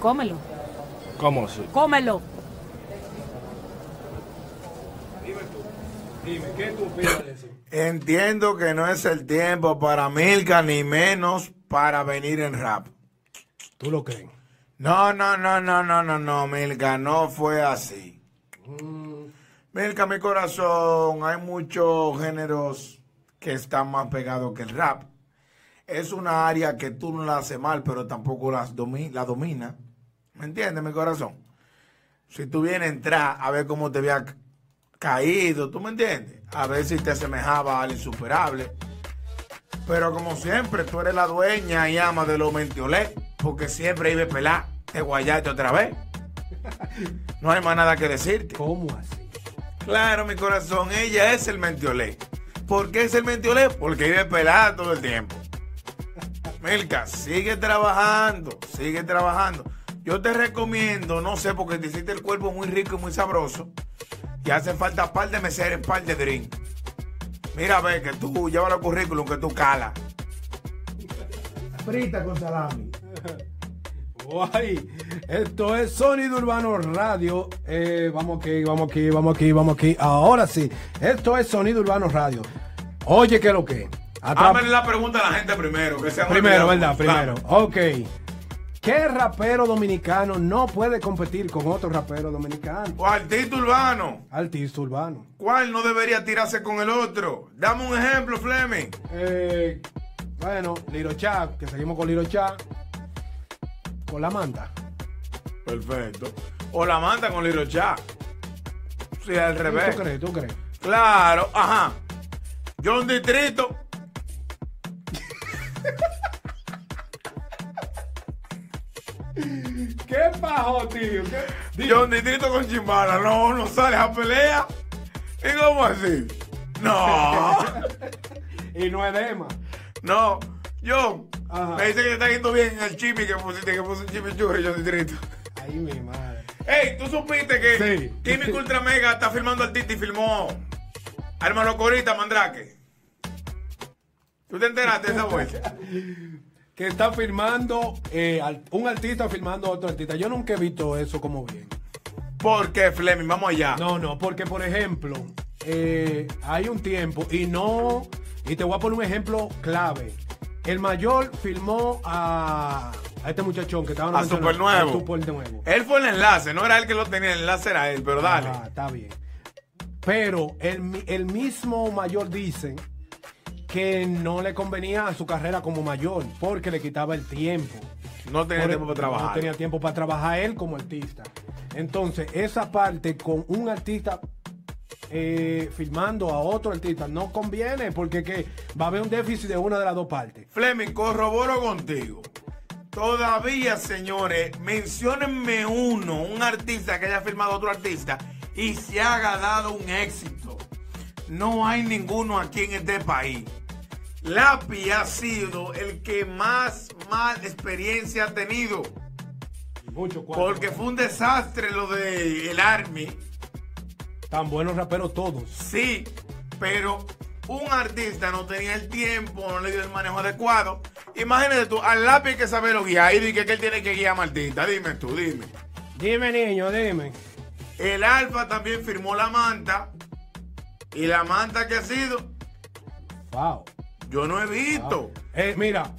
cómelo, ¿Cómo sí? cómelo. Dime, ¿qué tú opinas de eso? Entiendo que no es el tiempo para Milka, ni menos para venir en rap. ¿Tú lo crees? No, no, no, no, no, no, no, Milka, no fue así. Milka, mi corazón, hay muchos géneros que están más pegados que el rap. Es una área que tú no la haces mal, pero tampoco las domi- la domina. ¿Me entiendes, mi corazón? Si tú vienes a entrar a ver cómo te había ca- caído, ¿tú me entiendes? A ver si te asemejaba al insuperable. Pero como siempre, tú eres la dueña y ama de los mentiolés, porque siempre iba a pelar, te guayaste otra vez. No hay más nada que decirte. ¿Cómo así? Claro, mi corazón, ella es el mentiolé. ¿Por qué es el mentiolé? Porque vive pelada todo el tiempo. Milka, sigue trabajando, sigue trabajando. Yo te recomiendo, no sé, porque te hiciste el cuerpo muy rico y muy sabroso. Y hace falta par de meseros, par de drink. Mira, ve que tú lleva el currículum que tú calas. Frita con salami. Guay, esto es Sonido Urbano Radio. Eh, vamos aquí, vamos aquí, vamos aquí, vamos aquí. Ahora sí, esto es Sonido Urbano Radio. Oye, ¿qué es lo que? Atrapa- Háganle la pregunta a la gente primero. Que se han Primero, ¿verdad? olvidado. Primero. Claro. Ok. ¿Qué rapero dominicano no puede competir con otro rapero dominicano? O artista urbano, Artista urbano. ¿cuál no debería tirarse con el otro? Dame un ejemplo, Fleming. Eh, bueno, Liro Chá, que seguimos con Liro Chá. Con la manda. Perfecto. O la manda con Liro Chá. Sí, al ¿Tú revés. crees? ¿Tú crees? Claro, ajá. Yo un distrito. ¿Qué bajo, tío? Yo un distrito con Chimbala. No, no sales a pelea. ¿Y cómo así? No. Y no edema. No. Yo. Ajá. Me dice que te está yendo bien el chipi que pusiste, que puse un chipi churro y yo distrito. Ay, mi madre. Ey, tú supiste que Sí. Químico Ultra Mega está filmando al Titi y filmó al hermano Corita Mandrake. ¿Tú te enteraste de esa vuelta? Que está firmando, eh, al- un artista firmando a otro artista. Yo nunca he visto eso como bien. ¿Por qué, Fleming? Vamos allá. No, no, porque por ejemplo, eh, hay un tiempo y no, y te voy a poner un ejemplo clave. El mayor filmó a, a este muchachón que estaba A mencionando, Super Nuevo. a Super Nuevo. Eh, Él fue el enlace, no era él que lo tenía, el enlace era él, pero dale. Ah, está bien. Pero el, mi- el mismo mayor dice que no le convenía a su carrera como mayor porque le quitaba el tiempo. No tenía Por- tiempo para trabajar. No tenía tiempo para trabajar él como artista. Entonces, esa parte con un artista eh, firmando a otro artista no conviene porque que va a haber un déficit de una de las dos partes. Fleming, corroboro contigo. Todavía, señores, menciónenme uno, un artista que haya firmado a otro artista y se haga dado un éxito. No hay ninguno aquí en este país. Lapi ha sido el que más mal experiencia ha tenido. Mucho cuatro. Porque fue un desastre lo de el Army. Tan buenos raperos todos. Sí, pero un artista no tenía el tiempo, no le dio el manejo adecuado. Imagínate tú, al lápiz que sabe lo guiar y dije que él tiene que guiar a Martita. Dime tú, dime. Dime, niño, dime. El Alfa también firmó la manta. Y la manta que ha sido, Wow. yo no he visto. Eh, mira,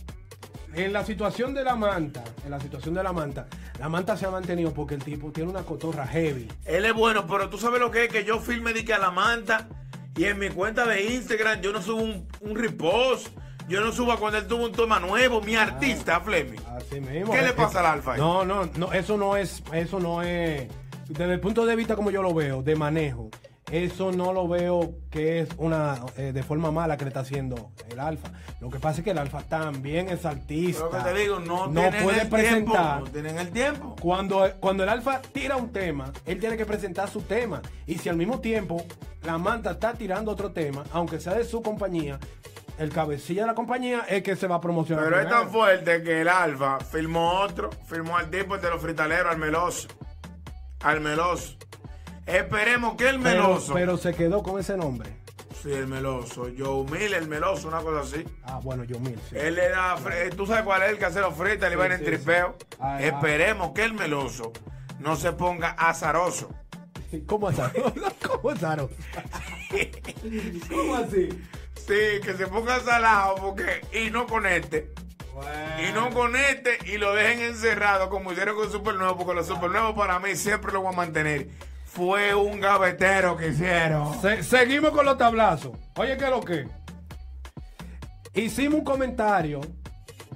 en la situación de la manta, en la situación de la manta, la manta se ha mantenido porque el tipo tiene una cotorra heavy. Él es bueno, pero tú sabes lo que es que yo firme de que a la manta. Y en mi cuenta de Instagram yo no subo un, un repost. Yo no subo a cuando él tuvo un toma nuevo. Mi artista, Fleming. Así mismo. ¿Qué le Eh, pasa al Alfa ahí? No, no, no, eso no es, eso no es, desde el punto de vista como yo lo veo, de manejo, eso no lo veo que es una, eh, de forma mala que le está haciendo el alfa. Lo que pasa es que el alfa también es artista. Lo que te digo, no, tienen puede el presentar. Tiempo, no tienen el tiempo. Cuando, cuando el alfa tira un tema, él tiene que presentar su tema. Y si al mismo tiempo la manta está tirando otro tema, aunque sea de su compañía, el cabecilla de la compañía es que se va a promocionar. Pero es primero. tan fuerte que el Alfa firmó otro, firmó al tipo de los fritaleros, al Meloso. Al Meloso. Esperemos que el pero, Meloso. pero se quedó con ese nombre. Sí, el meloso. Joe Mill, el meloso, una cosa así. Ah, bueno, yo mil. sí. Él le da, fre- tú sabes cuál es el que hace los fritas, le va en sí, tripeo. sí. Ah, Esperemos que el meloso no se ponga azaroso. ¿Cómo azaroso? ¿Cómo azaroso? ¿Cómo así? Sí, que se ponga salado porque y no conecte. Y no conecte y lo dejen encerrado como hicieron con Supernuevo, porque los Supernuevos para mí siempre lo voy a mantener. Fue un gavetero que hicieron. Se- seguimos con los tablazos. Oye, ¿qué es lo que? Hicimos un comentario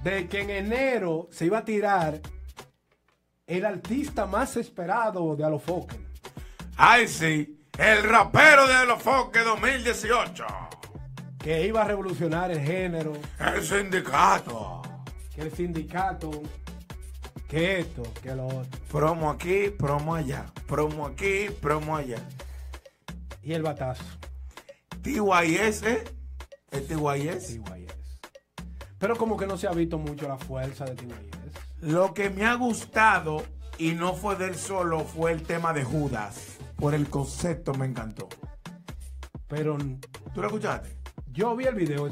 de que en enero se iba a tirar el artista más esperado de Alofoque. Ay, sí, el rapero de los Foques 2018. Que iba a revolucionar el género, El sindicato. que el sindicato, que esto, que lo otro. Promo aquí, promo allá. Promo aquí, promo allá. Y el batazo. TYS, ¿eh? ¿Es TYS? TYS. Pero como que no se ha visto mucho la fuerza de TYS. Lo que me ha gustado, y no fue del solo, fue el tema de Judas. Por el concepto me encantó. Pero ¿Tú lo escuchaste? yo vi el video,